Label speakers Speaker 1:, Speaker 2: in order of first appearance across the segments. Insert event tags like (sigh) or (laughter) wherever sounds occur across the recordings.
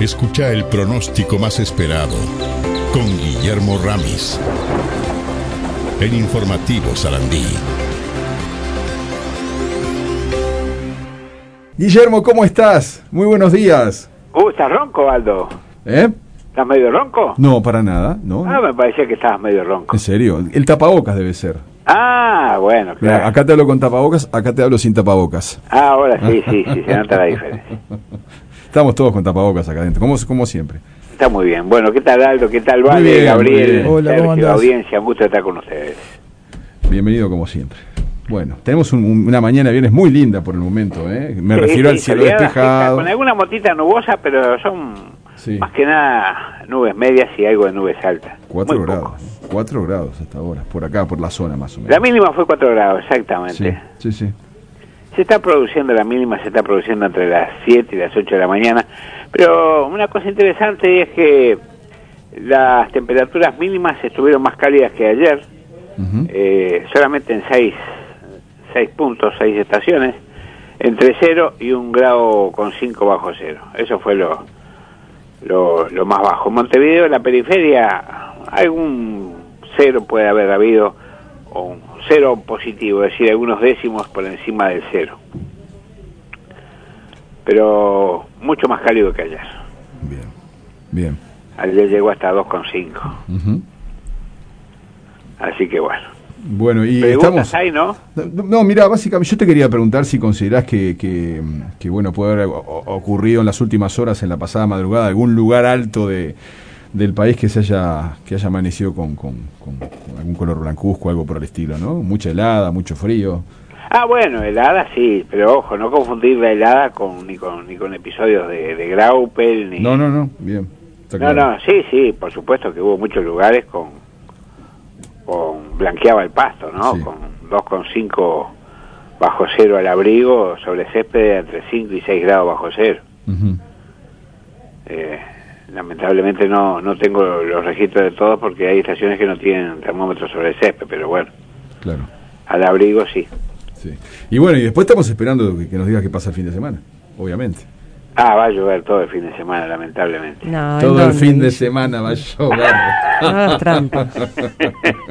Speaker 1: Escucha el pronóstico más esperado con Guillermo Ramis. El informativo Sarandí.
Speaker 2: Guillermo, ¿cómo estás? Muy buenos días.
Speaker 3: Uh, estás ronco, Aldo.
Speaker 2: ¿Eh?
Speaker 3: ¿Estás medio ronco?
Speaker 2: No, para nada. No,
Speaker 3: Ah,
Speaker 2: no.
Speaker 3: me parecía que estabas medio ronco.
Speaker 2: En serio, el tapabocas debe ser.
Speaker 3: Ah, bueno,
Speaker 2: Mirá,
Speaker 3: claro.
Speaker 2: acá te hablo con tapabocas, acá te hablo sin tapabocas.
Speaker 3: Ah, ahora sí, sí, sí, se nota la diferencia.
Speaker 2: Estamos todos con tapabocas acá adentro, como, como siempre.
Speaker 3: Está muy bien. Bueno, ¿qué tal, Aldo? ¿Qué tal, Vale,
Speaker 2: Muy bien, muy
Speaker 3: Gabriel?
Speaker 2: bien.
Speaker 4: Hola, ¿cómo
Speaker 3: Sergio,
Speaker 4: andás?
Speaker 3: audiencia, un gusto estar con ustedes.
Speaker 2: Bienvenido como siempre. Bueno, tenemos un- un- una mañana de viernes muy linda por el momento, ¿eh? Me
Speaker 3: Sí,
Speaker 2: refiero
Speaker 3: sí,
Speaker 2: al cielo
Speaker 3: soleada,
Speaker 2: despejado.
Speaker 3: Con alguna motita nubosa, pero son
Speaker 2: Sí.
Speaker 3: más que nada nubes medias y algo de nubes altas.
Speaker 2: Cuatro
Speaker 3: Muy poco.
Speaker 2: grados, ¿eh? cuatro grados hasta ahora, por acá, por la zona más o menos.
Speaker 3: La mínima fue 4 grados,
Speaker 2: Sí,
Speaker 3: exactamente.
Speaker 2: sí, sí.
Speaker 3: Se está produciendo la mínima, se está produciendo entre las 7 y las 8 de la mañana, pero una cosa interesante es que las temperaturas mínimas estuvieron más cálidas que ayer,
Speaker 2: Ujú.
Speaker 3: eh, solamente en 6, puntos, 6 estaciones, entre 0 y un grado con 5 bajo cero. Eso fue lo, lo, lo más bajo. En Montevideo, en la periferia, algún cero puede haber habido, o un cero positivo, es decir, algunos décimos por encima del cero. Pero mucho más cálido que ayer.
Speaker 2: Bien, bien.
Speaker 3: Ayer llegó hasta 2,5.
Speaker 2: Ujú.
Speaker 3: Así que bueno.
Speaker 2: Bueno, y
Speaker 3: Preguntas
Speaker 2: estamos...
Speaker 3: hay, ¿no?
Speaker 2: No, no, mira, básicamente yo te quería preguntar si considerás que, que, que, bueno, puede haber o- o- ocurrido en las últimas horas, en la pasada madrugada, algún lugar alto de, del país que se haya que haya amanecido con, con- con- con algún color blancuzco, algo por el estilo, ¿no? Mucha helada, mucho frío.
Speaker 3: Ah, bueno, helada sí, pero ojo, no confundir la helada con, ni, con, ni con episodios de, de Graupel, ni...
Speaker 2: No, no, no, bien. está
Speaker 3: No,
Speaker 2: claro.
Speaker 3: no, sí, sí, por supuesto que hubo muchos lugares con, con blanqueaba el pasto, ¿no?
Speaker 2: Sí.
Speaker 3: Con 2,5 bajo cero al abrigo, sobre césped entre 5 y 6 grados bajo cero.
Speaker 2: Ujú.
Speaker 3: Eh, lamentablemente no, no tengo los registros de todos porque hay estaciones que no tienen termómetro sobre césped, pero bueno,
Speaker 2: Claro,
Speaker 3: al abrigo sí.
Speaker 2: sí. Y bueno, y después estamos esperando que, que nos digas qué pasa el fin de semana, obviamente.
Speaker 3: Ah, va a llover todo el fin de semana, lamentablemente.
Speaker 4: No, ¿en
Speaker 2: Todo el
Speaker 4: dónde?
Speaker 2: fin de semana va a llover.
Speaker 4: No hagas trampa.
Speaker 2: (laughs)
Speaker 3: (laughs)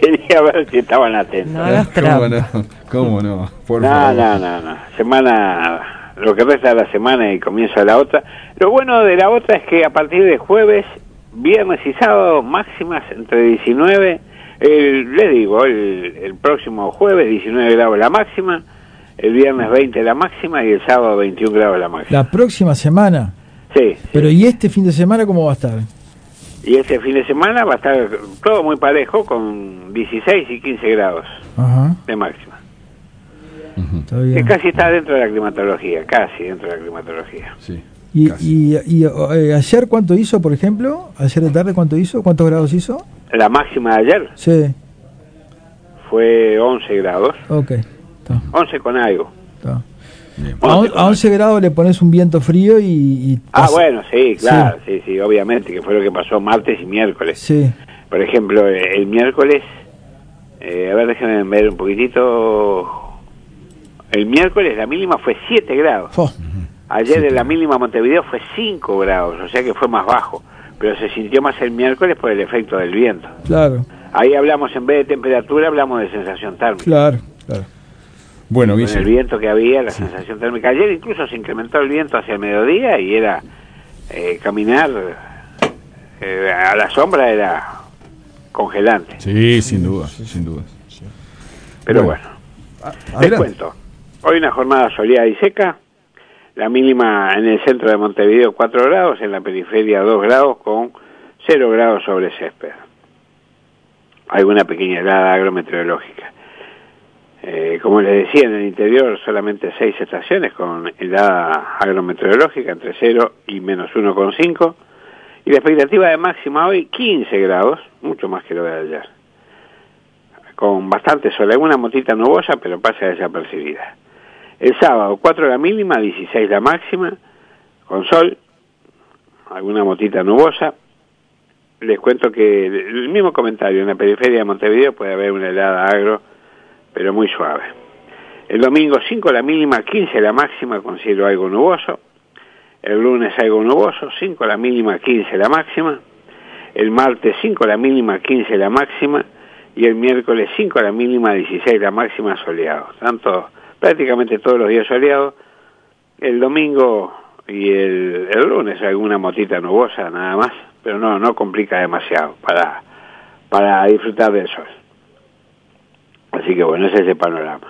Speaker 3: Quería ver si estaban atentos.
Speaker 4: No hagas
Speaker 2: ¿Cómo
Speaker 4: trampa.
Speaker 2: no? ¿Cómo no? Por
Speaker 3: No,
Speaker 2: favor.
Speaker 3: no, no, no. Semana, lo que resta de la semana y comienza la otra. Lo bueno de la otra es que a partir de jueves, viernes y sábado, máximas entre 19, el, les digo, el, el próximo jueves 19 grados la máxima, el viernes 20 la máxima y el sábado 21 grados la máxima.
Speaker 5: La próxima semana.
Speaker 3: Sí, sí.
Speaker 5: Pero ¿y este fin de semana cómo va a estar?
Speaker 3: Y este fin de semana va a estar todo muy parejo con 16 y 15 grados
Speaker 5: Ajá,
Speaker 3: de máxima.
Speaker 2: Ujú.
Speaker 5: está
Speaker 3: Que
Speaker 5: bien.
Speaker 3: casi está dentro de la climatología, casi dentro de la climatología.
Speaker 2: Sí.
Speaker 5: ¿Y,
Speaker 2: casi.
Speaker 5: y, y, eh, ayer cuánto hizo, por ejemplo? ¿Ayer de tarde cuánto hizo? ¿Cuántos grados hizo?
Speaker 3: La máxima de ayer
Speaker 5: Sí,
Speaker 3: fue 11 grados,
Speaker 5: ok. Está,
Speaker 3: 11 con algo.
Speaker 5: está.
Speaker 2: Bien.
Speaker 5: A, on-
Speaker 3: 11 con
Speaker 5: a 11 grados le pones un viento frío y... y
Speaker 3: Ah,
Speaker 5: pasa-
Speaker 3: bueno, sí,
Speaker 5: Sí.
Speaker 3: claro, sí. sí, obviamente, que fue lo que pasó martes y miércoles.
Speaker 5: Sí,
Speaker 3: Por ejemplo, eh, el miércoles, eh, a ver, déjenme ver un poquitito. El miércoles la mínima fue 7 grados.
Speaker 5: Fo,
Speaker 3: Ayer en la mínima Montevideo fue 5 grados, o sea que fue más bajo. Pero se sintió más el miércoles por el efecto del viento.
Speaker 5: claro,
Speaker 3: Ahí hablamos, en vez de temperatura, hablamos de sensación térmica.
Speaker 5: claro, claro.
Speaker 2: Bueno,
Speaker 3: con el
Speaker 2: Guille.
Speaker 3: viento que había, la sensación térmica. Ayer incluso se incrementó el viento hacia el mediodía y era eh, caminar eh, a la sombra era congelante.
Speaker 2: Sí, sin duda, sin duda.
Speaker 3: Pero
Speaker 2: Bueno,
Speaker 3: bueno, les
Speaker 2: Adelante.
Speaker 3: cuento. Hoy una jornada soleada y seca. La mínima en el centro de Montevideo 4 grados, en la periferia 2 grados con 0 grados sobre césped. Alguna pequeña helada agrometeorológica. Eh, como les decía, en el interior solamente seis estaciones con helada agrometeorológica entre 0 y menos 1,5. Y la expectativa de máxima hoy 15 grados, mucho más que lo de ayer. Con bastante sol, alguna motita nubosa, pero pasa desapercibida. El sábado 4 la mínima, 16 la máxima, con sol, alguna motita nubosa. Les cuento que el- el mismo comentario, en la periferia de Montevideo puede haber una helada agro pero muy suave. El domingo 5 la mínima, 15 la máxima, con cielo algo nuboso. El lunes algo nuboso, 5 la mínima, 15 la máxima. El martes 5 la mínima, 15 la máxima. Y el miércoles 5 la mínima, 16 la máxima soleado. Tanto, prácticamente todos los días soleados. El domingo y el, el lunes alguna motita nubosa nada más, pero no, no complica demasiado para, para disfrutar del sol. Así que bueno, ese es el panorama.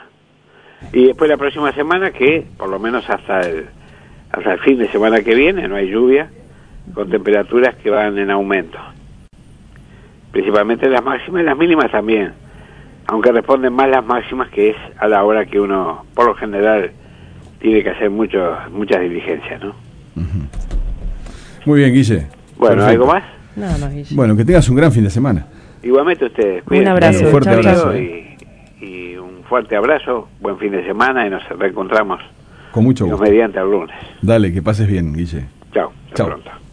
Speaker 3: Y después la próxima semana que, por lo menos hasta el, hasta el fin de semana que viene, no hay lluvia, con temperaturas que van en aumento. Principalmente las máximas y las mínimas también, aunque responden más las máximas que es a la hora que uno, por lo general, tiene que hacer mucho, muchas diligencias, ¿no?
Speaker 2: Muy bien, Guille.
Speaker 3: Bueno,
Speaker 2: Perfecto.
Speaker 3: ¿algo más?
Speaker 4: Nada más, Guille.
Speaker 2: Bueno, que tengas un gran fin de semana.
Speaker 3: Igualmente ustedes. cuídense.
Speaker 4: abrazo.
Speaker 2: Un fuerte Chau, chau. abrazo.
Speaker 3: Y, y un fuerte abrazo, buen fin de semana y nos reencontramos
Speaker 2: Con mucho
Speaker 3: Dios
Speaker 2: gusto.
Speaker 3: mediante el lunes.
Speaker 2: Dale, que pases bien, Guille.
Speaker 3: Chao, hasta
Speaker 2: Chau.
Speaker 3: pronto.